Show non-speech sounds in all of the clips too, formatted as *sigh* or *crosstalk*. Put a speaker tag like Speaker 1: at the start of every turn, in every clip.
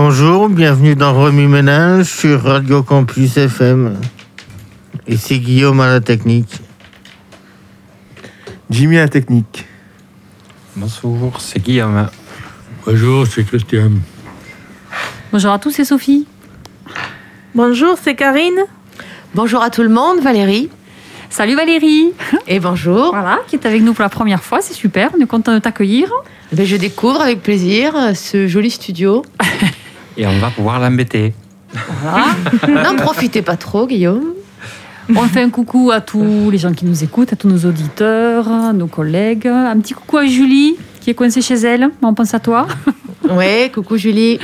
Speaker 1: Bonjour, bienvenue dans Remue Ménage sur Radio Campus FM. Et c'est Guillaume à la technique.
Speaker 2: Jimmy à la technique.
Speaker 3: Bonjour, c'est Guillaume.
Speaker 4: Bonjour, c'est Christian.
Speaker 5: Bonjour à tous, c'est Sophie.
Speaker 6: Bonjour, c'est Karine.
Speaker 7: Bonjour à tout le monde, Valérie.
Speaker 5: Salut Valérie.
Speaker 7: Et bonjour.
Speaker 5: Voilà, qui est avec nous pour la première fois, c'est super, on est content de *laughs* t'accueillir.
Speaker 7: Ben, je découvre avec plaisir euh, ce
Speaker 3: *laughs*
Speaker 7: joli studio.
Speaker 3: Et on va pouvoir l'embêter.
Speaker 7: Voilà. N'en profitez pas trop, Guillaume.
Speaker 5: On fait un coucou à tous les gens qui nous écoutent, à tous nos auditeurs, à nos collègues. Un petit coucou à Julie, qui est coincée chez elle, on pense à *laughs* toi.
Speaker 7: Ouais, coucou Julie.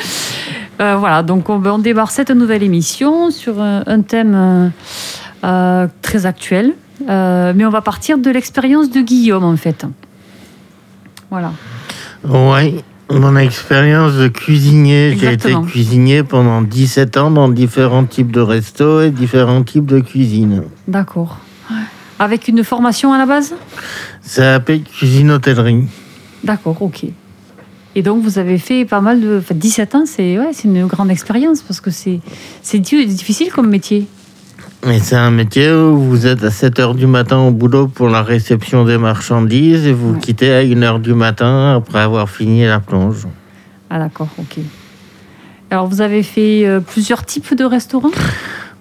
Speaker 5: Euh, voilà, donc on, on démarre cette nouvelle émission sur un, un thème euh, euh, très actuel, Euh, mais on va partir de l'expérience de Guillaume en fait. Voilà.
Speaker 1: Ouais, mon expérience de cuisinier. J'ai été
Speaker 5: Exactement.
Speaker 1: cuisinier pendant 17 ans dans différents types de restos et différents types de cuisine.
Speaker 5: D'accord. Avec une formation à la base
Speaker 1: CAP cuisine-hôtellerie.
Speaker 5: D'accord, ok. Et donc vous avez fait pas mal de... Enfin, 17 ans, c'est ouais, c'est une grande expérience parce que c'est c'est di- difficile comme métier.
Speaker 1: Et c'est un métier où vous êtes à 7 h du matin au boulot pour la réception des marchandises et vous
Speaker 5: Ouais.
Speaker 1: quittez à 1 h du matin après avoir fini la plonge.
Speaker 5: Ah d'accord, ok. Alors vous avez fait euh, plusieurs types de restaurants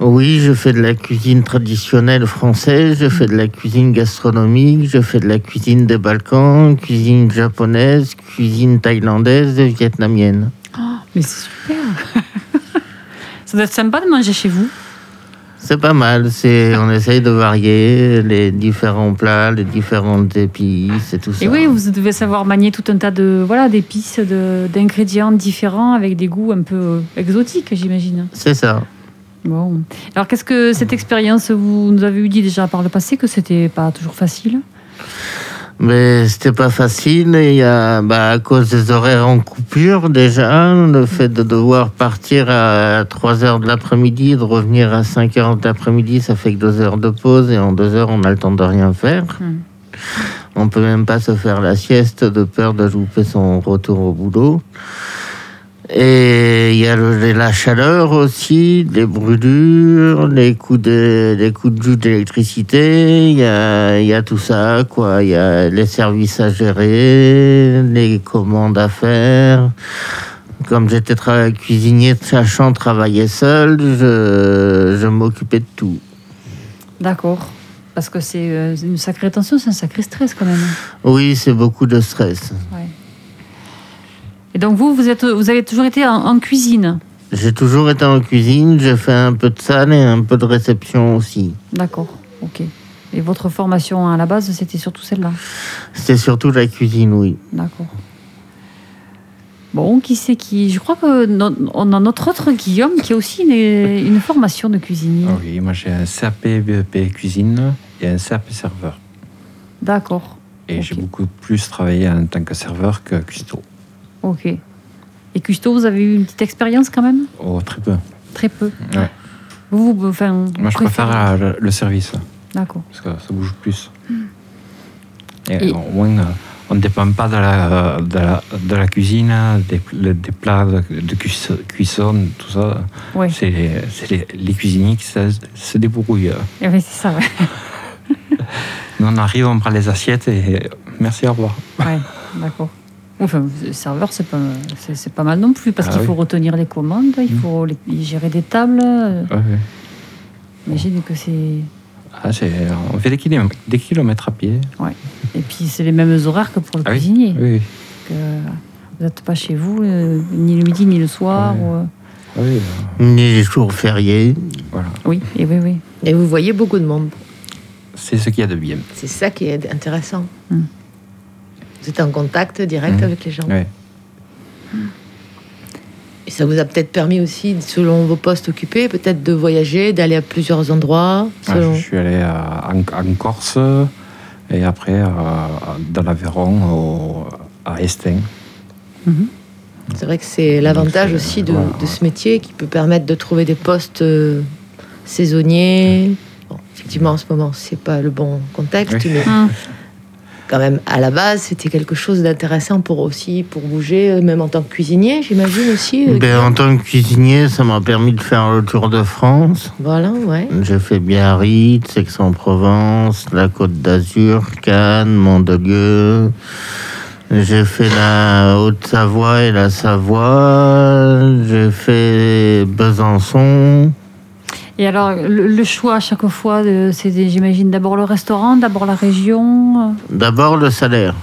Speaker 1: Oui, je fais de la cuisine traditionnelle française, je fais de la cuisine gastronomique, je fais de la cuisine des Balkans, cuisine japonaise, cuisine thaïlandaise et vietnamienne.
Speaker 5: Mais c'est super *laughs* Ça doit être sympa de manger chez vous.
Speaker 1: C'est pas mal,
Speaker 5: Ah.
Speaker 1: c'est on essaye de varier les différents plats, les différentes épices et tout ça.
Speaker 5: Et oui, vous devez savoir manier tout un tas de voilà d'épices, de- d'ingrédients différents avec des goûts un peu euh, exotiques, j'imagine.
Speaker 1: C'est ça.
Speaker 5: Bon. Alors qu'est-ce que cette expérience vous nous avez eu dit déjà par le passé que c'était pas toujours facile
Speaker 1: Mais c'était pas facile. et Il y a, bah, à cause des horaires en coupure, déjà, hein, le fait de devoir partir à 3 heures de l'après-midi, et de revenir à 5 heures de l'après-midi, ça fait que 2 heures de pause et en 2 heures, on a le temps de rien faire.
Speaker 5: Hmm.
Speaker 1: On peut même pas se faire la sieste de peur de louper son retour au boulot. Et il y a le- la chaleur aussi, les brûlures, les coups de, les coups de jus d'électricité, il y a, il y a tout ça, quoi. Il y a les services à gérer, les commandes à faire. Comme j'étais tra- cuisinier, sachant travailler seul, je, je m'occupais de tout.
Speaker 5: D'accord. Parce que c'est euh, une sacrée tension, c'est un sacré stress quand même.
Speaker 1: Oui, c'est beaucoup de stress.
Speaker 5: Ouais. Et donc vous, vous êtes, vous avez toujours été en, en cuisine.
Speaker 1: J'ai toujours été en cuisine, j'ai fait un peu de salle et un peu de réception aussi.
Speaker 5: D'accord. Ok. Et votre formation à la base, c'était surtout celle-là.
Speaker 1: C'était surtout la cuisine, oui.
Speaker 5: D'accord. Bon, qui c'est qui Je crois que no- on a notre autre Guillaume qui a aussi une, une formation de cuisinier.
Speaker 3: Ah
Speaker 4: Ah
Speaker 3: Oui, moi j'ai un CAP BEP E cuisine et un CAP serveur.
Speaker 5: D'accord.
Speaker 3: Et j'ai
Speaker 5: Ok.
Speaker 3: beaucoup plus travaillé en tant que serveur que custo.
Speaker 5: Ok. Et Custo, vous avez eu une petite expérience quand même
Speaker 3: Oh, très peu.
Speaker 5: Très peu.
Speaker 3: Ouais.
Speaker 5: Vous, vous- enfin.
Speaker 3: Moi je
Speaker 5: préférez-
Speaker 3: préfère euh, le- le service
Speaker 5: D'accord.
Speaker 3: parce que ça bouge plus. Et,
Speaker 5: Et-
Speaker 3: au moins euh, on ne dépend pas de la, de la, de la cuisine, des, pl- des plats de, de cuisson, cuisson, tout ça.
Speaker 5: Ouais.
Speaker 3: C'est les, c'est les- les cuisiniers qui se, se débrouillent.
Speaker 5: Eh ben, c'est ça. ouais.
Speaker 3: Nous on arrive, on prend les assiettes et merci, au revoir.
Speaker 5: Ouais, d'accord. Enfin, serveur, c'est pas, c'est, c'est pas mal non plus, parce
Speaker 3: Ah
Speaker 5: qu'il
Speaker 3: oui.
Speaker 5: faut retenir les commandes, il
Speaker 3: Mm.
Speaker 5: faut les- gérer des tables. euh,
Speaker 3: Ouais, ouais.
Speaker 5: Imagine que c'est.
Speaker 3: Ah, c'est- on fait des, kilom- des kilomètres à pied.
Speaker 5: Et puis, c'est les mêmes horaires que pour le
Speaker 3: Ah oui.
Speaker 5: cuisinier.
Speaker 3: Oui,
Speaker 5: Donc, euh, vous n'êtes pas chez vous, euh, ni le midi, ni le soir.
Speaker 3: Ouais.
Speaker 5: ou, euh,
Speaker 3: Ah oui.
Speaker 1: Ni les jours fériés.
Speaker 3: Voilà.
Speaker 5: Oui, et oui, oui.
Speaker 7: Et vous voyez beaucoup de monde.
Speaker 3: C'est ce qu'il y a de bien.
Speaker 7: C'est ça qui est intéressant.
Speaker 5: Mm.
Speaker 7: Vous êtes en contact direct
Speaker 3: Mm.
Speaker 7: avec les gens.
Speaker 3: Hmm. Ouais.
Speaker 7: Et ça vous a peut-être permis aussi, selon vos postes occupés, peut-être de voyager, d'aller à plusieurs endroits.
Speaker 3: Ouais,
Speaker 7: selon-
Speaker 3: Ah, je suis allé euh, en, en Corse et après euh, dans l'Aveyron au- à Estin.
Speaker 5: Mhm.
Speaker 7: C'est vrai que c'est l'avantage aussi de,
Speaker 3: Voilà.
Speaker 7: de ce métier qui peut permettre de trouver des postes euh, saisonniers. Bon, effectivement, en ce moment, c'est pas le bon contexte,
Speaker 3: Oui.
Speaker 7: mais
Speaker 5: Hum.
Speaker 7: quand même, à la base, c'était quelque chose d'intéressant pour aussi, pour bouger, euh, même en tant que cuisinier, j'imagine aussi. euh,
Speaker 1: Ben, en tant que cuisinier, ça m'a permis de faire le tour de France.
Speaker 7: Voilà, ouais.
Speaker 1: J'ai fait Biarritz, Aix-en-Provence, la Côte d'Azur, Cannes, Mandelieu. J'ai fait la Haute-Savoie et la Savoie. J'ai fait Besançon.
Speaker 5: Et alors, le, le choix à chaque fois, de- c'est, des- j'imagine, d'abord le restaurant, d'abord la région. euh.
Speaker 1: D'abord le salaire.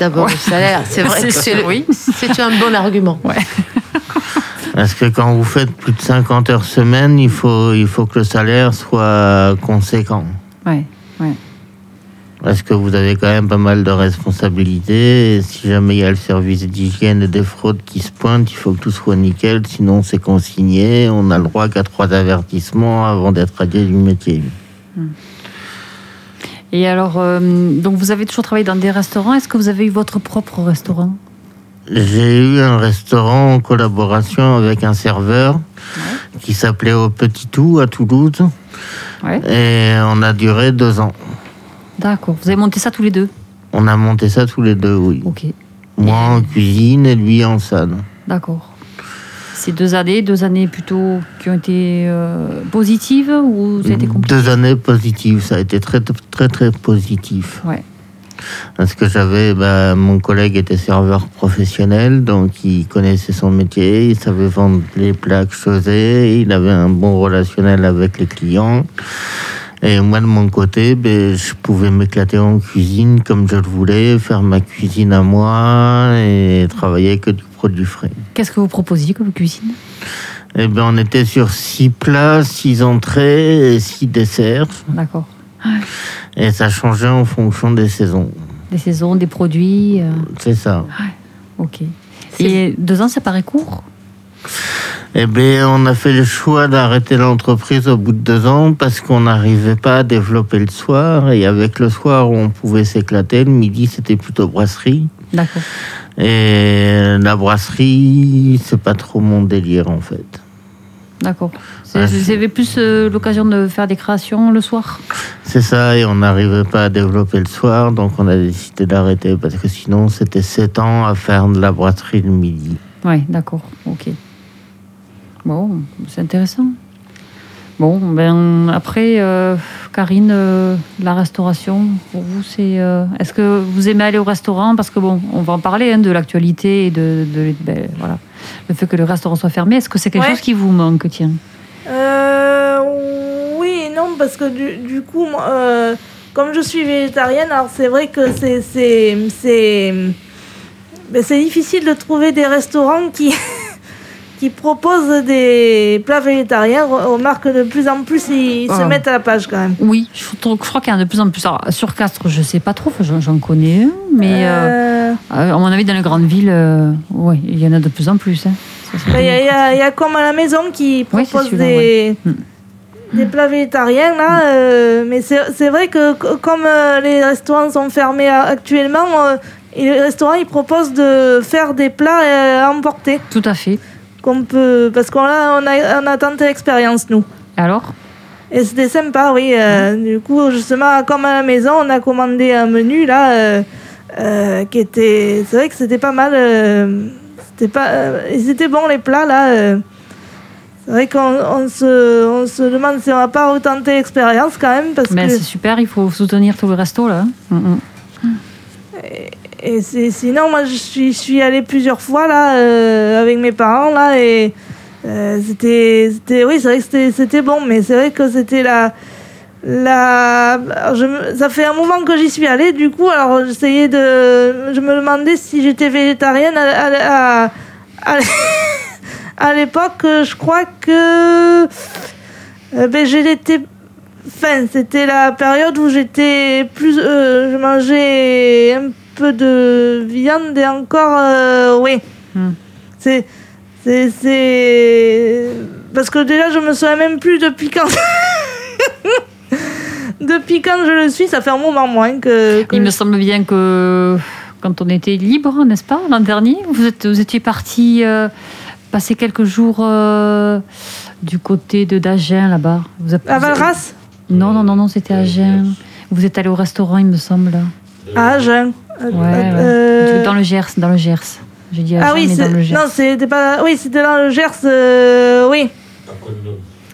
Speaker 7: D'abord le salaire, c'est vrai
Speaker 5: C'est
Speaker 7: que c'est
Speaker 5: sûr,
Speaker 7: le-
Speaker 5: oui.
Speaker 7: c'est un bon argument.
Speaker 1: Parce que quand vous faites plus de 50 heures semaine, il faut, il faut que le salaire soit conséquent.
Speaker 5: euh, Ouais.
Speaker 1: Parce que vous avez quand même pas mal de responsabilités. Et si jamais il y a le service d'hygiène et des fraudes qui se pointent, il faut que tout soit nickel, sinon c'est consigné. On a le droit qu'à trois avertissements avant d'être radié du métier.
Speaker 5: Et alors, euh, donc vous avez toujours travaillé dans des restaurants. Est-ce que vous avez eu votre propre restaurant
Speaker 1: J'ai eu un restaurant en collaboration avec un serveur qui s'appelait Au Petit Tout à Toulouse.
Speaker 5: Ouais.
Speaker 1: Et on a duré deux ans.
Speaker 5: D'accord. Vous avez monté ça tous les deux
Speaker 1: On a monté ça tous les deux, oui.
Speaker 5: Ok.
Speaker 1: Moi en cuisine et lui en salle.
Speaker 5: D'accord. Ces deux années, deux années plutôt qui ont été euh, positives ou ça a
Speaker 1: Mhm.
Speaker 5: été compliqué
Speaker 1: Deux années positives, ça a été très très très positif.
Speaker 5: Ouais.
Speaker 1: Parce que j'avais, bah, mon collègue était serveur professionnel, donc il connaissait son métier, il savait vendre les plats que je faisais, il avait un bon relationnel avec les clients. Et moi de mon côté, ben, je pouvais m'éclater en cuisine comme je le voulais, faire ma cuisine à moi et travailler que du produit frais.
Speaker 5: Qu'est-ce que vous proposiez comme cuisine
Speaker 1: Et ben on était sur six plats, six entrées et six desserts.
Speaker 5: D'accord.
Speaker 1: Et ça changeait en fonction des saisons.
Speaker 5: Des saisons, des produits. euh,
Speaker 1: C'est ça.
Speaker 5: ok. Et deux ans, ça paraît court
Speaker 1: Eh bien, on a fait le choix d'arrêter l'entreprise au bout de deux ans parce qu'on n'arrivait pas à développer le soir. Et avec le soir, on pouvait s'éclater. Le midi, c'était plutôt brasserie.
Speaker 5: D'accord.
Speaker 1: Et la brasserie, c'est pas trop mon délire, en fait.
Speaker 5: D'accord. C'est-
Speaker 1: Ouais,
Speaker 5: Vous avez plus euh, l'occasion de faire des créations le soir
Speaker 1: C'est ça, et on n'arrivait pas à développer le soir, donc on a décidé d'arrêter parce que sinon, c'était sept ans à faire de la brasserie le midi.
Speaker 5: Oui, d'accord, ok. Bon, c'est intéressant. Bon, ben après, euh, Karine, euh, la restauration, pour vous, c'est. euh, Est-ce que vous aimez aller au restaurant Parce que bon, on va en parler hein, de l'actualité et de, de- ben, voilà, le fait que le restaurant soit fermé. Est-ce que c'est quelque
Speaker 6: Ouais.
Speaker 5: chose qui vous manque, tiens
Speaker 6: Euh, oui et non, parce que du, du coup, moi, euh, comme je suis végétarienne, alors c'est vrai que c'est. C'est c'est- ben, c'est difficile de trouver des restaurants qui, *laughs* qui proposent des plats végétariens. Re- Remarque, de plus en plus, ils, ils se
Speaker 5: Ah.
Speaker 6: mettent à la page quand même.
Speaker 5: Oui, je, trouve- je crois qu'il y en a de plus en plus. Alors, sur Castres, je sais pas trop, j'en j'en connais un, mais euh,
Speaker 6: Euh,
Speaker 5: à mon avis, dans les grandes villes, euh, ouais, il y en a de plus en plus. hein. Ça, c'est
Speaker 6: Il y, a- y a- y a comme à la maison qui
Speaker 5: Oui, c'est
Speaker 6: propose
Speaker 5: celui-là,
Speaker 6: des,
Speaker 5: ouais.
Speaker 6: des plats végétariens, là. euh, mais c'est c'est vrai que co- comme euh, les restaurants sont fermés a- actuellement, euh, et les restaurants ils proposent de faire des plats euh, à emporter.
Speaker 5: Tout à fait.
Speaker 6: qu'on peut, parce qu'on a, on a, on a tenté l'expérience, nous.
Speaker 5: Alors
Speaker 6: Et c'était sympa, oui. euh, Du coup, justement, comme à la maison, on a commandé un menu, là, euh, euh, qui était... C'est vrai que c'était pas mal. euh, c'était pas... euh, et c'était bon, les plats, là. euh. C'est vrai qu'on on se, on se demande si on va pas retenter l'expérience, quand même, parce
Speaker 5: Ben,
Speaker 6: que...
Speaker 5: c'est super, il faut soutenir tout le resto là. Mm, mm.
Speaker 6: Et c'est- sinon, moi, je suis, je suis allée plusieurs fois, là, euh, avec mes parents, là, et... euh, c'était, c'était... Oui, c'est vrai que c'était- c'était bon, mais c'est vrai que c'était la... La... alors, je me- Ça fait un moment que j'y suis allée, du coup, alors j'essayais de... Je me demandais si j'étais végétarienne à, à- à- à- *laughs* à l'époque, euh, je crois que... euh, ben, j'ai l'été... Enfin, c'était la période où j'étais plus... euh, je mangeais un peu de viande et encore... euh, oui.
Speaker 5: Hmm.
Speaker 6: C'est... C'est... c'est- Parce que déjà, je me souviens même plus depuis quand... *laughs* Depuis quand je le suis, ça fait un moment moins que. que
Speaker 5: Il me semble bien que quand on était libre, n'est-ce pas, l'an dernier, vous, êtes, vous étiez parti euh, passer quelques jours euh, du côté de d'Agen là-bas. Vous êtes-
Speaker 6: À
Speaker 5: vous êtes-
Speaker 6: Valras
Speaker 5: Non, non, non, non c'était
Speaker 4: Euh,
Speaker 5: Agen. Vous êtes allé au restaurant, il me semble.
Speaker 6: à Agen. Euh,
Speaker 5: Ouais, ouais.
Speaker 6: euh,
Speaker 5: Dans le Gers, dans le Gers. J'ai dit Agen,
Speaker 6: ah oui,
Speaker 5: mais dans
Speaker 6: c'est-
Speaker 5: le Gers.
Speaker 6: non, c'était pas. Oui, c'était dans le Gers. euh, oui.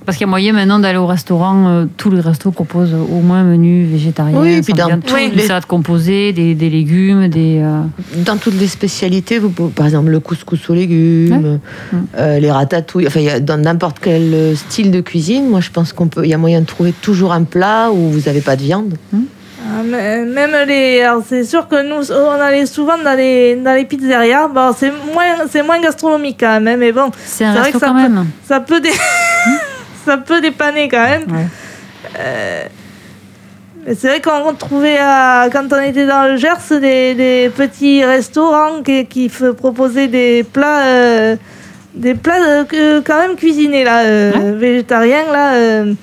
Speaker 5: Parce qu'il y a moyen maintenant d'aller au restaurant, euh, tous les restos proposent au moins un menu végétarien.
Speaker 7: Oui, et
Speaker 5: sans
Speaker 7: puis dans
Speaker 5: viande,
Speaker 7: tous
Speaker 5: une
Speaker 7: les-
Speaker 5: salade composée, des, des légumes, des. euh,
Speaker 7: Dans toutes les spécialités, vous pouvez- par exemple le couscous aux légumes,
Speaker 5: Ouais.
Speaker 7: euh, les ratatouilles, enfin il y a- dans n'importe quel euh, style de cuisine, moi je pense qu'on peut, il y a moyen de trouver toujours un plat où vous n'avez pas de viande.
Speaker 6: Ah, mais- Même les. alors, c'est sûr que nous, on allait souvent dans les, dans les pizzerias. Bon, c'est moins, c'est moins gastronomique quand même, mais bon,
Speaker 5: C'est un
Speaker 6: C'est vrai
Speaker 5: resto
Speaker 6: que ça
Speaker 5: quand
Speaker 6: peut-
Speaker 5: même.
Speaker 6: ça peut, dé- *laughs* ça peut dépanner quand même.
Speaker 5: Ouais.
Speaker 6: Euh, Mais C'est vrai qu'on trouvait, à- quand on était dans le Gers, des, des petits restaurants qui, qui f- proposaient des plats, euh, des plats euh, que- quand même cuisinés, là, euh, végétariens. Là, euh.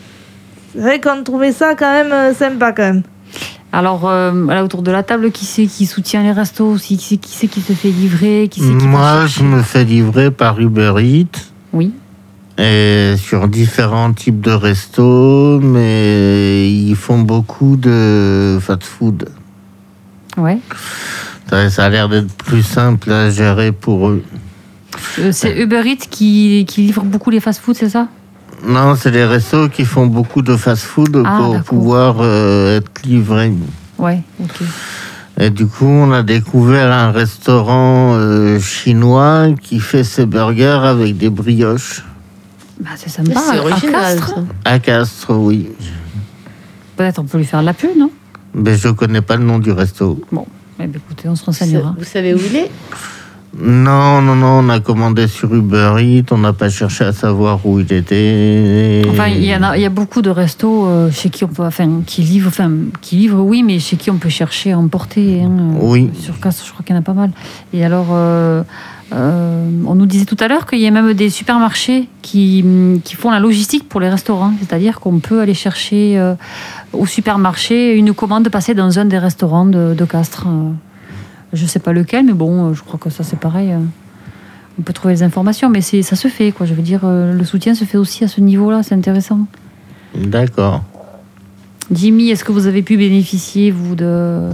Speaker 6: c'est vrai qu'on trouvait ça quand même euh, sympa, quand même.
Speaker 5: Alors, euh, là, autour de la table, qui c'est qui soutient les restos aussi Qui c'est qui, c'est qui se fait livrer qui c'est qui va
Speaker 1: Moi, je
Speaker 5: chercher
Speaker 1: me fais livrer par Uber Eats
Speaker 5: Oui.
Speaker 1: et euh, sur différents types de restos, mais ils font beaucoup de fast food.
Speaker 5: Ouais.
Speaker 1: Ça, ça a l'air d'être plus simple à gérer pour eux.
Speaker 5: Euh, c'est Uber Eats qui, qui livre beaucoup les fast-foods, c'est ça
Speaker 1: Non, c'est les restos qui font beaucoup de fast food
Speaker 5: Ah,
Speaker 1: pour
Speaker 5: d'accord.
Speaker 1: pouvoir euh, être livrés.
Speaker 5: Ouais, ok.
Speaker 1: Et du coup, on a découvert un restaurant euh, chinois qui fait ses burgers avec des brioches.
Speaker 5: Bah, c'est sympa.
Speaker 7: c'est
Speaker 5: à
Speaker 7: original.
Speaker 5: Castres.
Speaker 7: ça.
Speaker 1: À Castres, oui.
Speaker 5: Peut-être on peut lui faire de la pub, non
Speaker 1: Mais je connais pas le nom du resto.
Speaker 5: Eh bien, écoutez, on se
Speaker 7: Vous sa-
Speaker 5: renseignera.
Speaker 7: Vous savez où il est
Speaker 1: Non, non, non, on a commandé sur Uber Eats, on n'a pas cherché à savoir où il était.
Speaker 5: Enfin, il y, en a, il y a beaucoup de restos euh, chez qui on peut, enfin, qui livrent, enfin, qui livrent, oui, mais chez qui on peut chercher à emporter. hein, euh,
Speaker 1: Oui.
Speaker 5: Sur Castres, je crois qu'il y en a pas mal. Et alors, euh, euh, on nous disait tout à l'heure qu'il y a même des supermarchés qui, mm, qui font la logistique pour les restaurants. C'est-à-dire qu'on peut aller chercher euh, au supermarché une commande passée dans un des restaurants de, de Castres. euh. Je sais pas lequel, mais bon, euh, je crois que ça, c'est pareil. euh. On peut trouver les informations, mais c'est- ça se fait, quoi. Je veux dire, euh, le soutien se fait aussi à ce niveau-là, c'est intéressant.
Speaker 1: D'accord.
Speaker 5: Jimmy, est-ce que vous avez pu bénéficier, vous, de,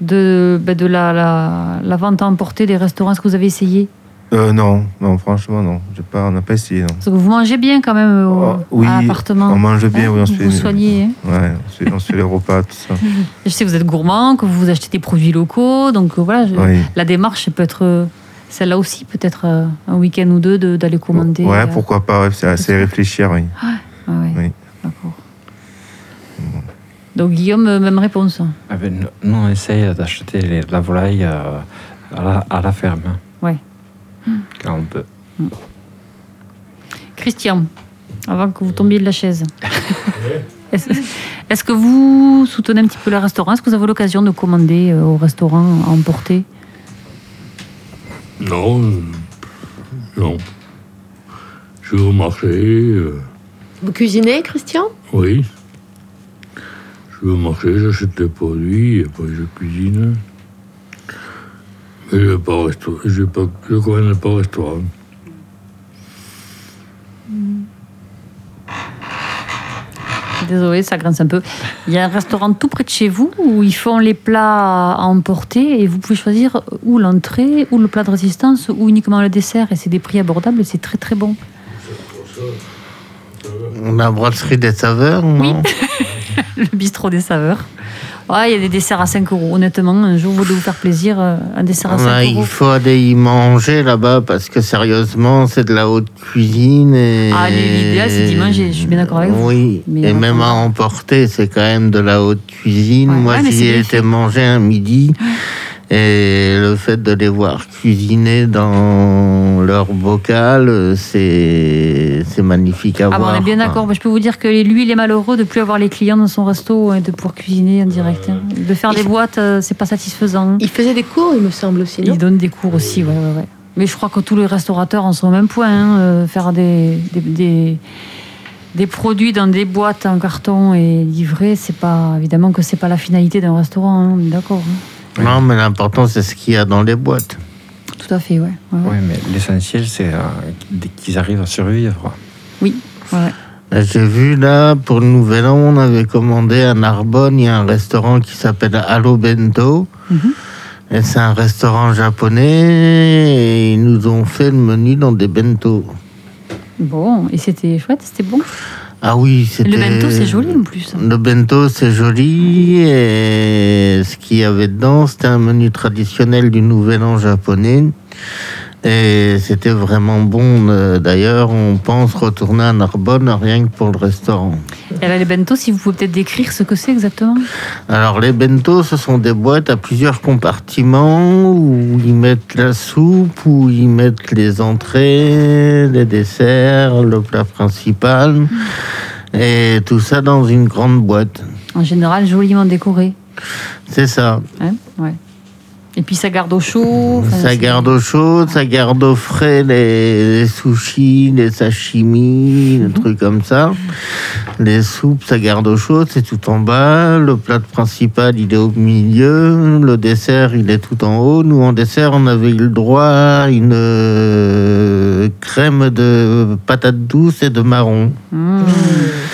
Speaker 5: de, ben, de la, la, la vente à emporter des restaurants Est-ce que vous avez essayé
Speaker 2: Euh, non, non, franchement, non. J'ai Pas, on n'a pas essayé, non.
Speaker 5: Parce que vous mangez bien quand même au,
Speaker 2: Ah, oui,
Speaker 5: à l'appartement.
Speaker 2: On mange bien,
Speaker 5: Hein,
Speaker 2: oui, on se
Speaker 5: vous
Speaker 2: fait.
Speaker 5: vous soignez. hein.
Speaker 2: Ouais, on se fait, on se fait les repas, tout ça.
Speaker 5: je sais que vous êtes gourmand, que vous achetez des produits locaux. Donc euh, voilà, je-
Speaker 2: Oui.
Speaker 5: la démarche peut être euh, celle-là aussi, peut-être euh, un week-end ou deux de- d'aller commander.
Speaker 2: ouais,
Speaker 5: euh,
Speaker 2: pourquoi pas, ouais, c'est assez réfléchir, oui.
Speaker 5: ah ouais,
Speaker 2: oui.
Speaker 5: d'accord. Donc Guillaume, euh, même réponse.
Speaker 3: Ah ben, nous, on essaye d'acheter les- la volaille euh, à, la, à la ferme.
Speaker 5: Ouais.
Speaker 3: Quand on peut.
Speaker 5: Christian, avant que vous tombiez de la chaise. Est-ce est-ce que vous soutenez un petit peu le restaurant Est-ce que vous avez l'occasion de commander euh, au restaurant à emporter
Speaker 4: Non, euh, non. Je vais au marché, euh,
Speaker 7: Vous cuisinez, Christian
Speaker 4: oui. Je vais au marché, j'achète des produits, et après je cuisine. Mais je ne vais pas au restaurant. Je vais pas- je commande pas au restaurant.
Speaker 5: Désolée, ça grince un peu. Il y a un restaurant tout près de chez vous où ils font les plats à emporter et vous pouvez choisir ou l'entrée, ou le plat de résistance, ou uniquement le dessert. Et c'est des prix abordables et c'est très très bon.
Speaker 1: La brasserie des saveurs, non
Speaker 5: Le bistrot des saveurs. Ouais, il y a des desserts à 5 euros. Honnêtement, un jour, vous devez vous faire plaisir. euh, Un dessert à 5
Speaker 1: Ouais,
Speaker 5: euros.
Speaker 1: Il faut aller y manger là-bas parce que sérieusement, c'est de la haute cuisine. Et...
Speaker 5: Ah, l'idéal, c'est d'y manger, je suis bien d'accord avec vous.
Speaker 1: Oui,
Speaker 5: Mais euh,
Speaker 1: et
Speaker 5: on va
Speaker 1: même
Speaker 5: pas-
Speaker 1: à emporter, c'est quand même de la haute cuisine.
Speaker 5: Ouais,
Speaker 1: Moi,
Speaker 5: ouais, mais c'est
Speaker 1: j'y
Speaker 5: bien
Speaker 1: ai
Speaker 5: fait.
Speaker 1: été manger un midi et le fait de les voir cuisiner dans leur bocal, euh, c'est c'est magnifique à
Speaker 5: Ah bon,
Speaker 1: voir.
Speaker 5: on est bien
Speaker 1: quoi.
Speaker 5: d'accord. Moi, Je peux vous dire que lui, il est malheureux de plus avoir les clients dans son resto et de pouvoir cuisiner en direct. hein. De faire des boîtes, euh, c'est pas satisfaisant.
Speaker 7: Il faisait des cours, il me semble aussi, non
Speaker 5: Il donne des cours aussi, ouais, ouais, ouais. Mais je crois que tous les restaurateurs en sont au même point. hein, euh, faire des, des, des- des produits dans des boîtes en carton et livrés, c'est pas évidemment que c'est pas la finalité d'un restaurant. hein, on est d'accord. hein.
Speaker 1: Non, mais l'important, c'est ce qu'il y a dans les boîtes.
Speaker 5: Tout à fait, ouais. ouais, ouais.
Speaker 3: Oui, mais l'essentiel, c'est euh, qu'ils arrivent à survivre.
Speaker 5: Ouais.
Speaker 1: Là, J'ai vu là, pour le nouvel an, on avait commandé à Narbonne, il y a un restaurant qui s'appelle Allo Bento.
Speaker 5: Mhm.
Speaker 1: Et c'est un restaurant japonais et ils nous ont fait le menu dans des bento.
Speaker 5: Bon, et c'était chouette, c'était bon.
Speaker 1: Ah oui, c'était. Euh,
Speaker 5: Le bento, c'est joli en plus.
Speaker 1: Le bento, c'est joli. Et ce qu'il y avait dedans, c'était un menu traditionnel du Nouvel An japonais. Et c'était vraiment bon. Euh, D'ailleurs, on pense retourner à Narbonne rien que pour le restaurant.
Speaker 5: Et là, les bento, si vous pouvez peut-être décrire ce que c'est exactement.
Speaker 1: Alors, les bento, ce sont des boîtes à plusieurs compartiments où ils mettent la soupe, où ils mettent les entrées, les desserts, le plat principal. Et tout ça dans une grande boîte.
Speaker 5: En général, joliment décoré.
Speaker 1: C'est ça.
Speaker 5: hein, ouais. Et puis ça garde au chaud.
Speaker 1: Ça
Speaker 5: enfin, Ah, c'est-
Speaker 1: garde au chaud, ça garde au frais les, les sushis, les sashimi,
Speaker 5: Mhm.
Speaker 1: des trucs comme ça. Les soupes, ça garde au chaud, c'est tout en bas. Le plat principal, il est au milieu. Le dessert, il est tout en haut. Nous, en dessert, on avait eu le droit à une euh, crème de patates douces et de marron.
Speaker 5: Mmh.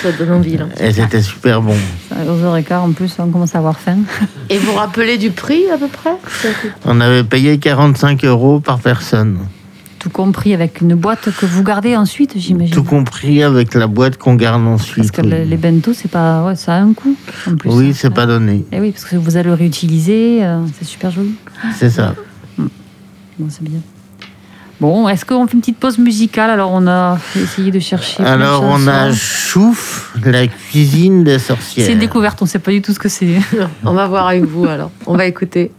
Speaker 7: Ça donne envie, là.
Speaker 1: Et c'était super bon.
Speaker 5: Aux heures et quart, en plus, on commence à avoir faim.
Speaker 7: Et vous vous rappelez du prix, à peu près
Speaker 1: On avait payé 45 euros par personne.
Speaker 5: Tout compris avec une boîte que vous gardez ensuite, j'imagine.
Speaker 1: Tout compris avec la boîte qu'on garde
Speaker 5: Parce
Speaker 1: ensuite.
Speaker 5: que le- les bento, c'est pas, ouais, ça a un coût. En plus. hein.
Speaker 1: Oui, c'est pas donné.
Speaker 5: Et oui, parce que vous allez le réutiliser, euh, c'est super joli.
Speaker 1: C'est ça.
Speaker 5: Bon, c'est bien. Bon, est-ce qu'on fait une petite pause musicale Alors, on a essayé de chercher. plein de
Speaker 1: Alors on a
Speaker 5: chansons.
Speaker 1: Chouf, la cuisine des
Speaker 5: C'est une
Speaker 1: sorcières.
Speaker 5: découverte, on sait pas du tout ce que c'est.
Speaker 7: Non, On va voir avec vous, alors. On va écouter.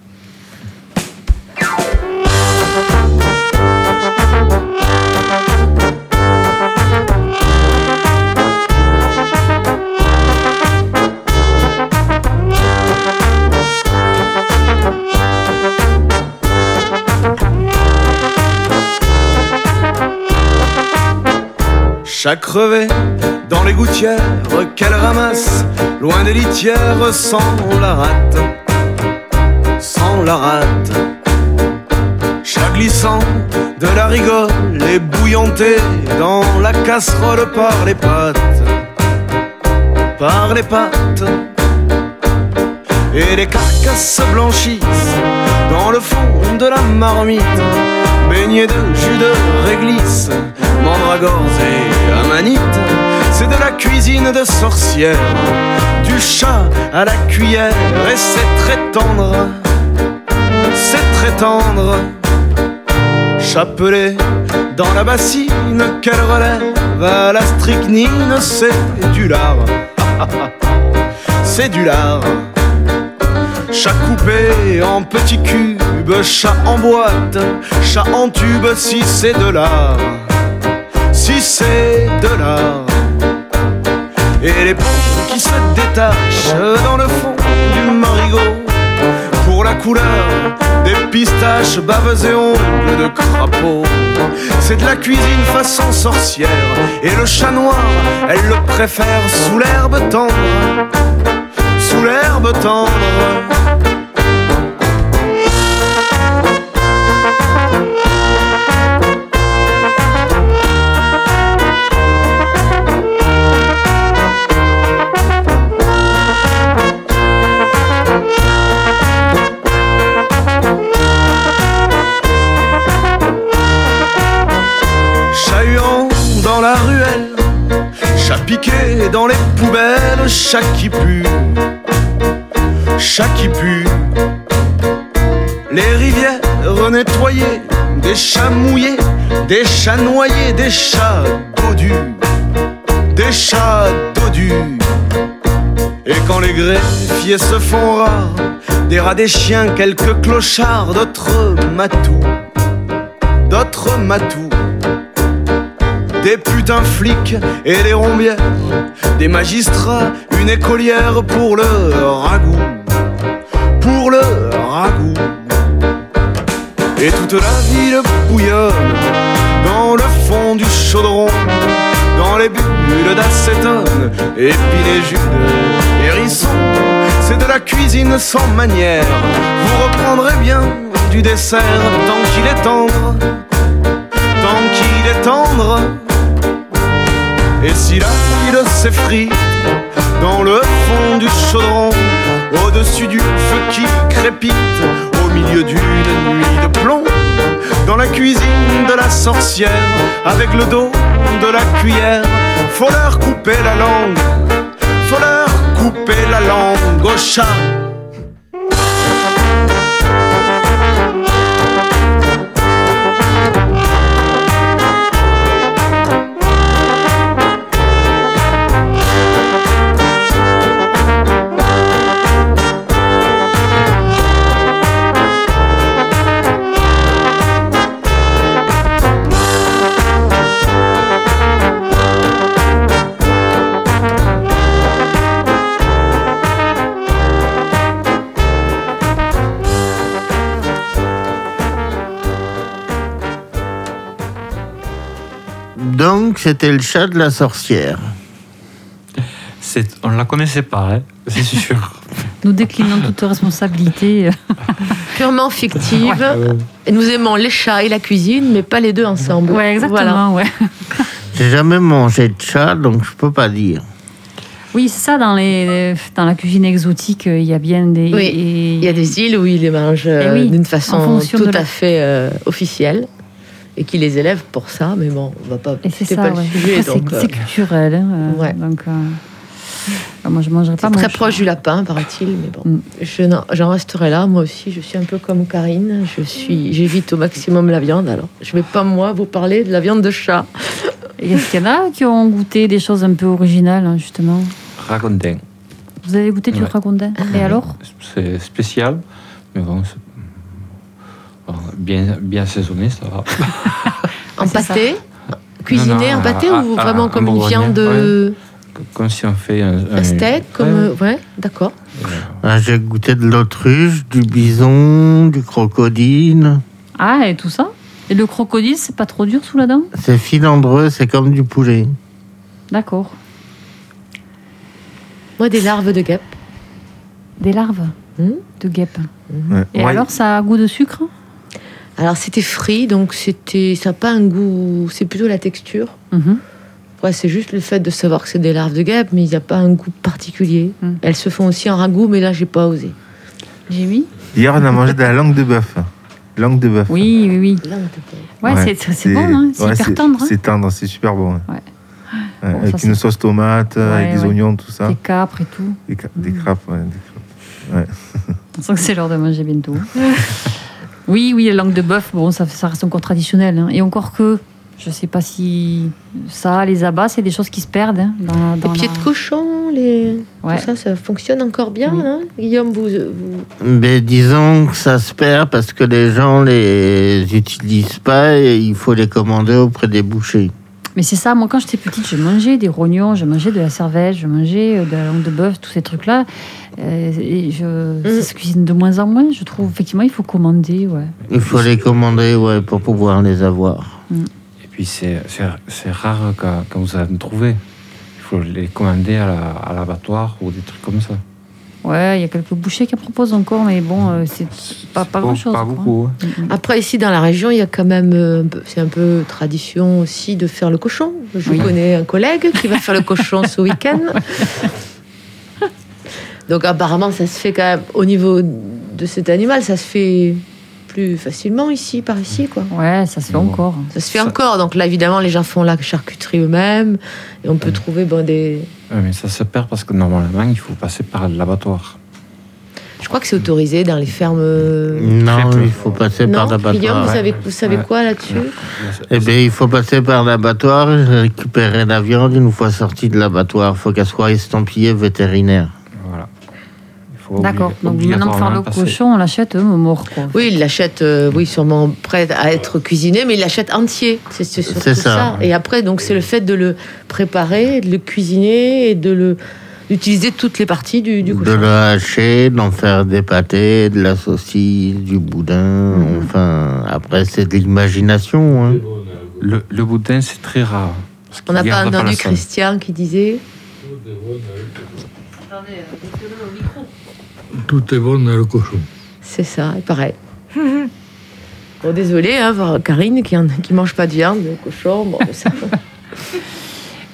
Speaker 8: Chaque revêt dans les gouttières qu'elle ramasse, loin des litières, sans la rate, sans la rate. Chat glissant de la rigole et bouillanté dans la casserole par les pattes, par les pattes. Et les carcasses blanchissent dans le fond de la marmite baigné de jus de réglisse, mandragores et amanite. C'est de la cuisine de sorcière, du chat à la cuillère, et c'est très tendre, c'est très tendre. Chapelet dans la bassine qu'elle relève à la strychnine, c'est du lard, *laughs* c'est du lard. Chat coupé en petits cubes, chat en boîte, chat en tube, si c'est de l'art, si c'est de l'art. Et les pompes qui se détachent dans le fond du marigot, pour la couleur des pistaches, baves et ongles de crapaud. C'est de la cuisine façon sorcière, et le chat noir, elle le préfère sous l'herbe tendre, sous l'herbe tendre. Chat-huant dans la ruelle, chat piqué dans les poubelles, chat qui pue, chat qui pue. Les rivières nettoyées, des chats mouillés, des chats noyés, des chats dodus, des chats dodus. Et quand les greffiers se font rares, des rats, des chiens, quelques clochards, d'autres matous, d'autres matous des putains flics et les rombières, des magistrats, une écolière pour le ragoût, pour le ragoût. Et toute la ville bouillonne dans le fond du chaudron, dans les bulles d'acétone, épinés, jus de hérisson. C'est de la cuisine sans manière, vous reprendrez bien du dessert tant qu'il est tendre, tant qu'il est tendre. Et si la ville s'effrite dans le fond du chaudron, au-dessus du feu qui crépite, au milieu d'une nuit de plomb, dans la cuisine de la sorcière, avec le dos de la cuillère, faut leur couper la langue, faut leur couper la langue au chat.
Speaker 1: Donc, c'était le chat de la sorcière.
Speaker 3: C'est- On ne la connaissait pas, hein, c'est sûr.
Speaker 5: Nous déclinons toute responsabilité.
Speaker 7: Purement fictive.
Speaker 3: Ah
Speaker 7: Et Nous aimons les chats et la cuisine, mais pas les deux ensemble.
Speaker 5: Ouais,
Speaker 7: Voilà.
Speaker 5: exactement. Ouais.
Speaker 1: J'ai jamais mangé de chat, donc je peux pas dire.
Speaker 5: Oui, c'est ça, dans, les, dans la cuisine exotique, euh, il y a bien des.
Speaker 7: Oui,
Speaker 5: et-
Speaker 7: Il y a des îles où ils les mangent euh,
Speaker 5: Eh oui,
Speaker 7: d'une
Speaker 5: en
Speaker 7: façon
Speaker 5: fonction
Speaker 7: tout
Speaker 5: de la-
Speaker 7: à fait euh, officielle et qui les élèvent pour ça, mais bon, on va pas.
Speaker 5: Et c'est
Speaker 7: c'était
Speaker 5: ça,
Speaker 7: pas
Speaker 5: ouais.
Speaker 7: le sujet.
Speaker 5: Après, c'est
Speaker 7: donc, euh,
Speaker 5: c'est culturel. hein, euh,
Speaker 7: Ouais.
Speaker 5: Donc, euh, bah, moi, je mangerai pas
Speaker 7: c'est
Speaker 5: mon
Speaker 7: très
Speaker 5: chat.
Speaker 7: proche du lapin, paraît-il, mais bon.
Speaker 5: Mm.
Speaker 7: Je n'en- J'en resterai là, moi aussi, je suis un peu comme Karine, je suis, j'évite au maximum la viande, alors je vais pas, moi, vous parler de la viande de chat.
Speaker 5: Et Est-ce qu'il y en a qui ont goûté des choses un peu originales, hein, justement
Speaker 3: Racontin.
Speaker 5: Vous avez goûté du
Speaker 3: Ouais.
Speaker 5: ragondin
Speaker 7: Ah,
Speaker 5: Et alors
Speaker 3: C'est spécial, mais bon, c'est- bon, bien, bien saisonné, ça va.
Speaker 7: En
Speaker 5: Ah, c'est
Speaker 7: pâté Cuisiner
Speaker 3: Non, ah, non,
Speaker 7: en pâté
Speaker 3: à-
Speaker 7: ou
Speaker 3: à-
Speaker 7: vraiment
Speaker 3: à
Speaker 7: comme une
Speaker 3: Bourgogne,
Speaker 7: viande euh,
Speaker 3: Comme si on fait un, un-
Speaker 7: un steak comme,
Speaker 3: Ouais,
Speaker 7: euh, Ouais, d'accord.
Speaker 1: Ah, J'ai goûté de l'autruche, du bison, du crocodile.
Speaker 5: Ah, et tout ça Et le crocodile, c'est pas trop dur sous la dent
Speaker 1: C'est filandreux, c'est comme du poulet.
Speaker 5: D'accord.
Speaker 7: Moi, des larves de guêpe.
Speaker 5: Des larves
Speaker 7: Hmm.
Speaker 5: de guêpe.
Speaker 2: Ouais.
Speaker 5: Et
Speaker 2: Ouais,
Speaker 5: alors, ça a goût de sucre hein
Speaker 7: Alors, c'était frit, donc c'était, ça n'a pas un goût, c'est plutôt la texture.
Speaker 5: Mhm.
Speaker 7: Ouais, c'est juste le fait de savoir que c'est des larves de guêpe, mais il n'y a pas un goût particulier.
Speaker 5: Mm.
Speaker 7: Elles se font aussi en ragoût, mais là, j'ai pas osé.
Speaker 5: J'ai mis
Speaker 2: Hier, on a mangé de la langue de bœuf. Langue de bœuf.
Speaker 5: Oui, oui, oui.
Speaker 7: Là, on t'a pas-
Speaker 5: Ouais, c'est- c'est c'est bon, hein c'est
Speaker 2: ouais,
Speaker 5: hyper tendre. hein.
Speaker 2: C'est tendre, c'est super bon. hein.
Speaker 5: Ouais.
Speaker 2: Ouais,
Speaker 5: Bon, ça,
Speaker 2: avec
Speaker 5: c'est-
Speaker 2: une sauce tomate, euh,
Speaker 5: Ouais,
Speaker 2: avec des
Speaker 5: ouais.
Speaker 2: oignons, tout ça.
Speaker 5: Des Mm. capres et tout.
Speaker 2: Des, ca- des crapes, ouais, des crapes.
Speaker 5: On sent que c'est l'heure de manger bientôt. *laughs* oui, oui, la langue de bœuf, bon, ça, ça reste encore traditionnel. hein. Et encore que, je sais pas si ça, les abats, c'est des choses qui se perdent. hein, dans, dans
Speaker 7: Les pieds
Speaker 5: la-
Speaker 7: de cochon, les...
Speaker 5: Ouais.
Speaker 7: tout ça, ça fonctionne encore bien.
Speaker 5: Oui.
Speaker 7: hein Guillaume, vous, vous-
Speaker 1: Mais disons que ça se perd parce que les gens les utilisent pas et il faut les commander auprès des bouchers.
Speaker 5: Mais c'est ça, moi quand j'étais petite, je mangeais des rognons, je mangeais de la cervelle, je mangeais euh, de la langue de bœuf, tous ces trucs-là. Euh, et
Speaker 7: Mm.
Speaker 5: je... Ça se cuisine de moins en moins, je trouve. Effectivement, il faut commander, ouais.
Speaker 1: Il faut les commander ouais, pour pouvoir les avoir.
Speaker 3: Et puis c'est c'est- c'est rare quand, quand vous en trouvez. Il faut les commander à la- à l'abattoir ou des trucs comme ça.
Speaker 5: Ouais, il y a quelques bouchers qui en proposent encore, mais bon, euh, c'est pas, pas grand-chose.
Speaker 3: Pas
Speaker 5: quoi.
Speaker 3: beaucoup. hein.
Speaker 5: Mm, mm.
Speaker 7: Après, ici, dans la région, il y a quand même. euh, un peu- C'est un peu tradition aussi de faire le cochon. Je
Speaker 5: Oui.
Speaker 7: connais un collègue qui va faire le cochon
Speaker 3: *laughs*
Speaker 7: ce week-end. Donc, apparemment, ça se fait quand même. Au niveau de cet animal, ça se fait plus facilement ici, par ici, quoi.
Speaker 5: Ouais, ça se fait
Speaker 3: Bon.
Speaker 5: encore.
Speaker 7: Ça se fait
Speaker 3: Ça-
Speaker 7: encore. Donc, là, évidemment, les gens font la charcuterie eux-mêmes. Et on peut trouver bon, des.
Speaker 3: Ouais, mais ça se perd parce que normalement, il faut passer par l'abattoir.
Speaker 7: Je crois que c'est autorisé dans les fermes.
Speaker 1: Non,
Speaker 3: peu.
Speaker 1: il faut passer par
Speaker 7: non, Guillaume, vous
Speaker 1: l'abattoir.
Speaker 7: savez, vous savez
Speaker 3: Mm. Ouais.
Speaker 7: quoi là-dessus
Speaker 1: Eh bien, il faut passer par l'abattoir, récupérer la viande une fois sortie de l'abattoir. Il faut qu'elle soit estampillée vétérinaire.
Speaker 3: Voilà. Il faut
Speaker 5: D'accord.
Speaker 3: obli-
Speaker 5: Donc maintenant, pour faire le
Speaker 3: obligatoirement passer.
Speaker 5: cochon, on l'achète euh, mort, quoi.
Speaker 7: Oui, il l'achète, euh, oui, sûrement prêt à être cuisiné, mais il l'achète entier. C'est c'est surtout
Speaker 1: C'est
Speaker 7: ça.
Speaker 1: ça.
Speaker 7: Et après, donc, c'est le fait de le préparer, de le cuisiner et de le d'utiliser toutes les parties du, du
Speaker 1: De
Speaker 7: cochon.
Speaker 1: le hacher, d'en faire des pâtés, de la saucisse, du boudin.
Speaker 7: Mhm.
Speaker 1: Enfin, après, c'est de l'imagination. hein.
Speaker 3: Le, le boudin, c'est très rare. parce
Speaker 7: On
Speaker 3: qu'il
Speaker 7: n'a pas
Speaker 3: garde la
Speaker 7: entendu
Speaker 3: scène.
Speaker 7: Christian qui disait
Speaker 4: Tout est bon dans le cochon.
Speaker 7: c'est ça, et pareil. bon, désolé, hein, voir Karine qui, en- qui mange pas de viande, de cochon. Bon, ça-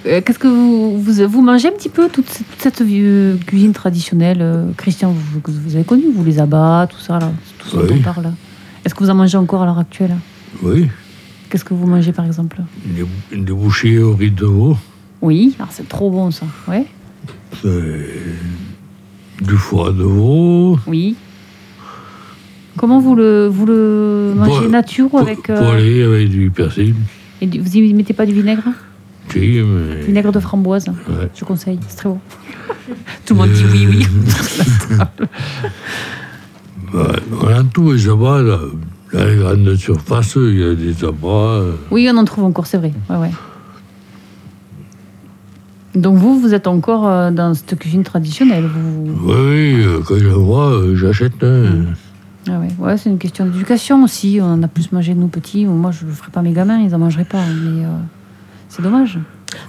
Speaker 5: Euh, Qu'est-ce que vous, vous, vous mangez un petit peu toute, cette- toute cette vieux- cuisine traditionnelle euh, Christian, vous, vous- vous avez connu, vous, les abats, tout ça, là, tout ce dont
Speaker 4: Oui.
Speaker 5: on parle. Est-ce que vous en mangez encore à l'heure actuelle
Speaker 4: Oui,
Speaker 5: Qu'est-ce que vous mangez, par exemple
Speaker 4: une, dé- une débouchée au riz de veau,
Speaker 5: Oui, alors c'est trop bon, ça. Ouais.
Speaker 4: c'est du foie de veau.
Speaker 5: Oui. Comment vous le, vous le mangez
Speaker 4: Poil-
Speaker 5: nature ou
Speaker 4: po-
Speaker 5: avec, euh,
Speaker 4: Poêlé avec du persil.
Speaker 5: et du- Vous y mettez pas du vinaigre
Speaker 4: Si, mais-
Speaker 5: Vinaigre de framboise,
Speaker 4: Ouais.
Speaker 5: je conseille, c'est très bon. Tout le monde dit oui, oui.
Speaker 4: Ouais, on a tous les abats, là. Dans les grandes surfaces, il y a des abats. euh,
Speaker 5: Oui, on en trouve encore, c'est vrai. Ouais, ouais. Donc vous, vous êtes encore euh, dans cette cuisine traditionnelle. Vous...
Speaker 4: Oui, oui, euh, quand j'en vois, euh, j'achète. hein.
Speaker 5: Ah ouais, ouais, c'est une question d'éducation aussi. On en a plus mangé nous petits. Moi, je ne ferai pas mes gamins, ils en mangeraient pas. Mais euh, c'est dommage.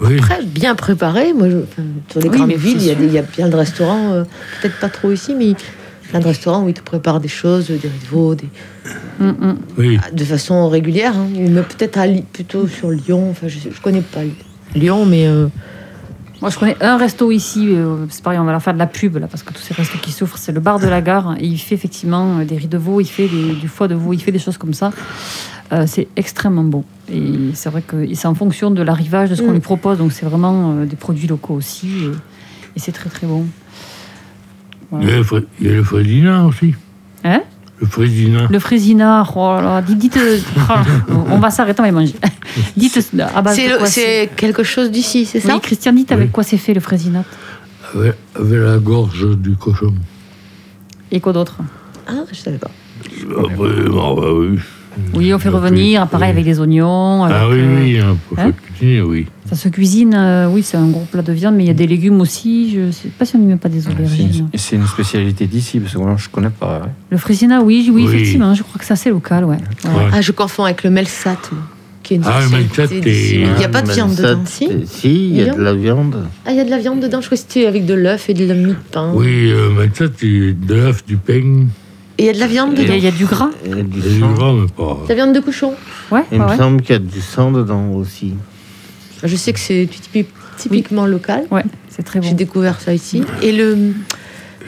Speaker 4: Oui,
Speaker 7: Après, bien préparé, moi, je- enfin, sur les
Speaker 5: Oui,
Speaker 7: grandes
Speaker 5: mais
Speaker 7: villes, il
Speaker 5: c'est
Speaker 7: y, a des- il y a plein de restaurants, euh, peut-être pas trop ici, mais plein de restaurants où ils te préparent des choses, euh, des riz de veau, des-
Speaker 5: Hum, hum.
Speaker 4: oui.
Speaker 7: de façon régulière. hein. Mais peut-être à Li- plutôt sur Lyon, enfin, je, sais- je connais pas Lyon, mais euh,
Speaker 5: Moi, je connais un resto ici. euh, c'est pareil, on va leur faire de la pub là, parce que tous ces restos qui souffrent, c'est le bar de la gare. Et il fait effectivement euh, des riz de veau, il fait des- du foie de veau, il fait des choses comme ça. Euh, c'est extrêmement bon. Et c'est vrai que et c'est en fonction de l'arrivage, de ce qu'on
Speaker 7: Mm.
Speaker 5: lui propose. Donc c'est vraiment euh, des produits locaux aussi. Et, et c'est très très bon.
Speaker 4: Il y a le Fre- il y a le Frédina aussi.
Speaker 5: Hein
Speaker 4: Le Frédina.
Speaker 5: Le fraisina, oh là là, dites, dites, on va s'arrêter, on va les manger. *laughs* dites, à base
Speaker 7: c'est
Speaker 5: de
Speaker 7: le-
Speaker 5: quoi Bah, c'est-
Speaker 7: c'est quelque chose d'ici, c'est ça
Speaker 5: Oui, Christian, dites avec
Speaker 4: Oui.
Speaker 5: quoi c'est fait le fraisina
Speaker 4: Avec, avec la gorge du cochon.
Speaker 5: et quoi d'autre
Speaker 4: Euh,
Speaker 7: Ah, je savais pas.
Speaker 4: Après, bon, bah oui.
Speaker 5: Oui, on fait
Speaker 4: Après,
Speaker 5: revenir, pareil
Speaker 4: oui.
Speaker 5: avec des oignons.
Speaker 4: Ah
Speaker 5: avec,
Speaker 4: oui,
Speaker 5: euh,
Speaker 4: oui, hein, pour
Speaker 5: hein
Speaker 4: se cuisiner, oui.
Speaker 5: Ça se cuisine, euh, oui, c'est un gros plat de viande, mais il y a des légumes aussi. Je sais pas si on n'y met pas des
Speaker 3: C'est
Speaker 5: aubergines.
Speaker 3: une- C'est une spécialité d'ici, parce que moi, je connais pas. hein. ouais.
Speaker 5: Le frisina, oui, oui,
Speaker 4: Oui.
Speaker 5: effectivement, je crois que c'est assez local, ouais. Ouais.
Speaker 4: Ouais.
Speaker 7: Ah, je confonds avec le Melsat, moi, qui est une
Speaker 4: Ah, le
Speaker 7: spécialité
Speaker 4: Melsat,
Speaker 7: d'ici.
Speaker 4: t'es-
Speaker 7: Il n'y a pas de viande
Speaker 1: Ça,
Speaker 7: dedans, si
Speaker 1: c'est- Si, il y a de la viande.
Speaker 7: Ah, il y a de la viande dedans, je crois que c'était avec de l'œuf et de la mie de pain.
Speaker 4: Oui, euh, mais ça, tu- de l'œuf, du peigne,
Speaker 7: Et il y a de la viande
Speaker 5: Il y, a-
Speaker 7: dedans.
Speaker 5: il y a du gras,
Speaker 1: Et du
Speaker 4: du
Speaker 1: sang.
Speaker 4: gras, mais pas.
Speaker 7: De La viande de cochon.
Speaker 5: ouais,
Speaker 1: Il
Speaker 7: Ah
Speaker 5: ouais, ouais.
Speaker 1: me semble qu'il y a du sang dedans aussi.
Speaker 7: Je sais que c'est typi- typiquement local.
Speaker 5: Ouais, c'est très
Speaker 7: J'ai
Speaker 5: bon.
Speaker 7: découvert ça ici. Et le.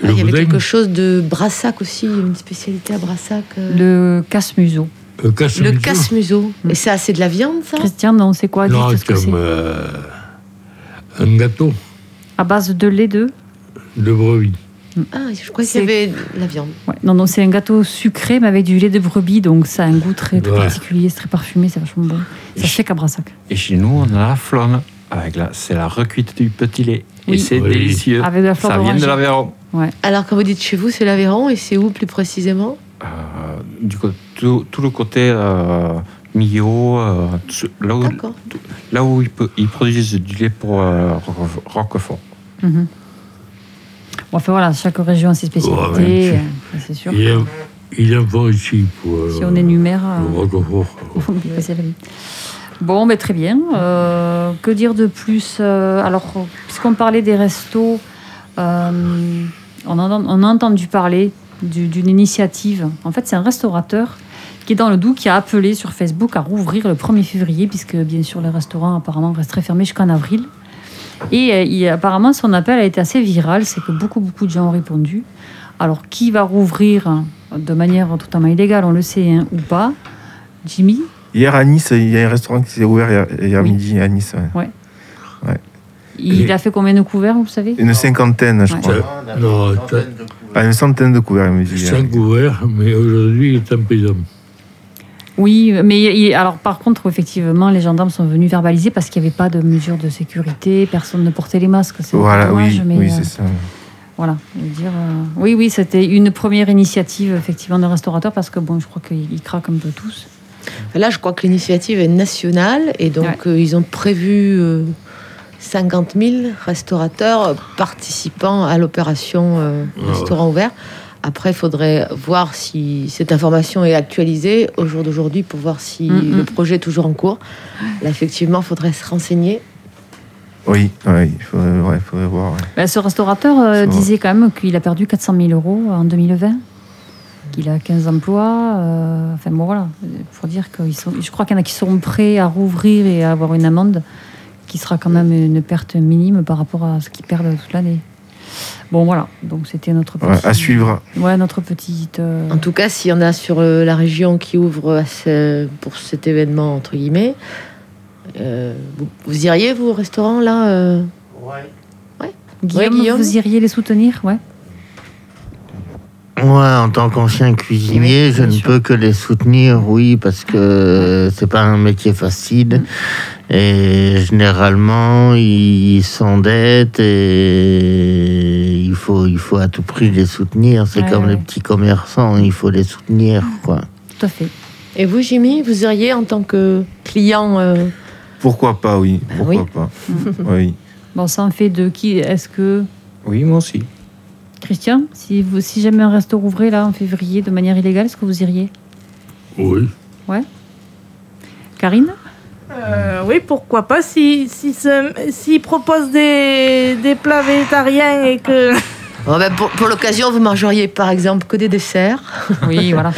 Speaker 7: ah,
Speaker 4: Le
Speaker 7: il y avait
Speaker 4: boudin.
Speaker 7: quelque chose de Brassac aussi, une spécialité à Brassac. euh,
Speaker 5: Le casse-museau.
Speaker 4: Le casse
Speaker 7: le casse-museau. Et ça, c'est de la viande, ça
Speaker 5: Christian, non, c'est quoi Dites
Speaker 4: Non,
Speaker 5: ce que c'est.
Speaker 4: comme euh, un gâteau
Speaker 5: À base de lait de.
Speaker 4: de brebis.
Speaker 7: Ah, je crois
Speaker 5: C'est-
Speaker 7: qu'il y avait de la viande.
Speaker 5: Ouais. Non, non, c'est un gâteau sucré, mais avec du lait de brebis, donc ça a un goût très, très
Speaker 4: Ouais.
Speaker 5: particulier, c'est très parfumé, c'est vachement bon. Ça se fait qu'à Brassac.
Speaker 3: Et chez nous, on a la flamme. Avec la, c'est la recuite du petit lait.
Speaker 5: Oui.
Speaker 3: Et c'est
Speaker 4: Oui.
Speaker 3: délicieux.
Speaker 5: Avec de la fleur
Speaker 3: Ça vient
Speaker 5: d'oranger.
Speaker 3: de l'Aveyron.
Speaker 7: Alors, quand vous dites chez vous, c'est l'Aveyron, et c'est où plus précisément
Speaker 3: Euh, du coup, tout, tout le côté euh, Millau, euh, tout- là, où,
Speaker 7: D'accord.
Speaker 3: là où ils, pe- ils produisent du lait pour euh, Roquef- Roquefort.
Speaker 5: Mhm. Bon, enfin voilà, chaque région a ses spécialités,
Speaker 4: Ouais,
Speaker 5: euh, c'est sûr.
Speaker 4: Il en- il en faut ici pour euh,
Speaker 5: Si on énumère.
Speaker 4: le
Speaker 5: euh,
Speaker 4: Roquefort.
Speaker 5: Faut me passer la vie. Bon, mais très bien. Euh, que dire de plus Euh, Alors, puisqu'on parlait des restos, euh, on, en- on a entendu parler du- d'une initiative. En fait, c'est un restaurateur qui est dans le Doubs qui a appelé sur Facebook à rouvrir le 1er février, puisque bien sûr les restaurants apparemment resteraient fermés jusqu'en avril. Et euh, il- apparemment, son appel a été assez viral, c'est que beaucoup, beaucoup de gens ont répondu. Alors, qui va rouvrir hein, de manière totalement illégale, on le sait, hein, ou pas Jimmy
Speaker 2: Hier à Nice, il y a un restaurant qui s'est ouvert hier, hier
Speaker 5: Oui.
Speaker 2: midi à Nice. ouais.
Speaker 5: Il a fait combien de couverts, vous savez
Speaker 2: Une cinquantaine, je
Speaker 5: Ouais.
Speaker 2: crois.
Speaker 4: Euh, Non,
Speaker 2: Ah, une centaine de couverts, il me dit. euh.
Speaker 4: Sans couvert, mais aujourd'hui, il est en prison.
Speaker 5: Oui, mais il- alors par contre, effectivement, les gendarmes sont venus verbaliser parce qu'il n'y avait pas de mesures de sécurité, personne ne portait les masques. C'est
Speaker 2: Voilà,
Speaker 5: dommage,
Speaker 2: oui,
Speaker 5: mais
Speaker 2: oui
Speaker 5: euh,
Speaker 2: c'est ça.
Speaker 5: voilà. je veux dire, euh, oui, oui, c'était une première initiative effectivement de restaurateurs parce que bon, je crois qu'ils craquent un peu tous.
Speaker 7: Là, je crois que l'initiative est nationale et donc
Speaker 5: Ouais.
Speaker 7: euh, ils ont prévu euh, 50 000 restaurateurs participant à l'opération euh,
Speaker 4: ouais.
Speaker 7: Restaurant ouvert. Après, il faudrait voir si cette information est actualisée au jour d'aujourd'hui pour voir si
Speaker 5: Mm, mm.
Speaker 7: le projet est toujours en cours. Là, effectivement, il faudrait se renseigner.
Speaker 2: Oui, ouais, il faudrait, ouais, il faudrait voir. ouais.
Speaker 5: Ben, ce restaurateur euh,
Speaker 2: C'est vrai.
Speaker 5: disait quand même qu'il a perdu 400 000 euros en 2020, qu'il a 15 emplois. euh, enfin bon, voilà, pour dire que je crois qu'il y en a qui sont prêts à rouvrir et à avoir une amende qui sera quand même une perte minime par rapport à ce qu'ils perdent toute l'année. Bon, voilà. Donc, c'était notre
Speaker 2: Ouais,
Speaker 5: petit-
Speaker 2: à suivre.
Speaker 5: Ouais, notre petite. euh,
Speaker 7: En tout cas, s'il y en a sur euh, la région qui ouvre à ce- pour cet événement, entre guillemets, euh, vous, vous iriez, vous, au restaurant, là euh
Speaker 5: Guillaume,
Speaker 7: Ouais, Guillaume.
Speaker 5: vous iriez les soutenir, ouais.
Speaker 1: Moi, en tant qu'ancien cuisinier,
Speaker 5: Oui,
Speaker 1: je
Speaker 5: bien
Speaker 1: ne
Speaker 5: sûr.
Speaker 1: peux que les soutenir, oui, parce que c'est pas un métier facile.
Speaker 5: Mm.
Speaker 1: Et généralement, ils s'endettent et il faut, il faut à tout prix les soutenir. C'est
Speaker 5: Ouais,
Speaker 1: comme
Speaker 5: ouais.
Speaker 1: les petits commerçants, il faut les soutenir, quoi.
Speaker 5: Tout à fait.
Speaker 7: Et vous, Jimmy, vous iriez en tant que client euh,
Speaker 2: Pourquoi pas, oui.
Speaker 7: Ben
Speaker 2: Pourquoi
Speaker 7: oui.
Speaker 2: pas. oui.
Speaker 5: Bon, ça en fait de qui Est-ce que.
Speaker 3: Oui, moi aussi.
Speaker 5: Christian, si, vous, si jamais un resto rouvrait là en février de manière illégale, est-ce que vous iriez
Speaker 4: Oui.
Speaker 5: Karine
Speaker 6: Euh, oui, pourquoi pas si si se- s'ils proposent des, des plats végétariens et que *laughs*
Speaker 7: oh, ben, Pour, pour l'occasion, vous mangeriez, par exemple, que des desserts.
Speaker 5: Oui, voilà.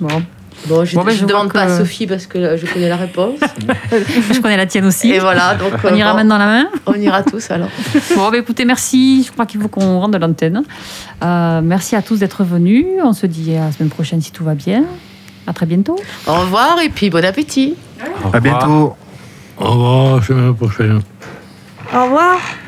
Speaker 5: Bon,
Speaker 7: Bon, je
Speaker 5: Bon, ben,
Speaker 7: ne
Speaker 5: je vois
Speaker 7: demande pas
Speaker 5: que-
Speaker 7: à Sophie parce que euh, je connais la réponse.
Speaker 5: je connais la tienne aussi.
Speaker 7: Et voilà, donc euh,
Speaker 5: On ira
Speaker 7: bon,
Speaker 5: maintenant la main.
Speaker 7: on ira tous alors.
Speaker 5: Bon, bah, écoutez, merci. Je crois qu'il faut qu'on rende l'antenne. Euh, merci à tous d'être venus. On se dit à la semaine prochaine si tout va bien. À très bientôt.
Speaker 7: Au revoir et puis bon appétit.
Speaker 3: Au
Speaker 2: À
Speaker 3: revoir.
Speaker 2: bientôt.
Speaker 4: Au revoir, à la semaine prochaine.
Speaker 6: au revoir.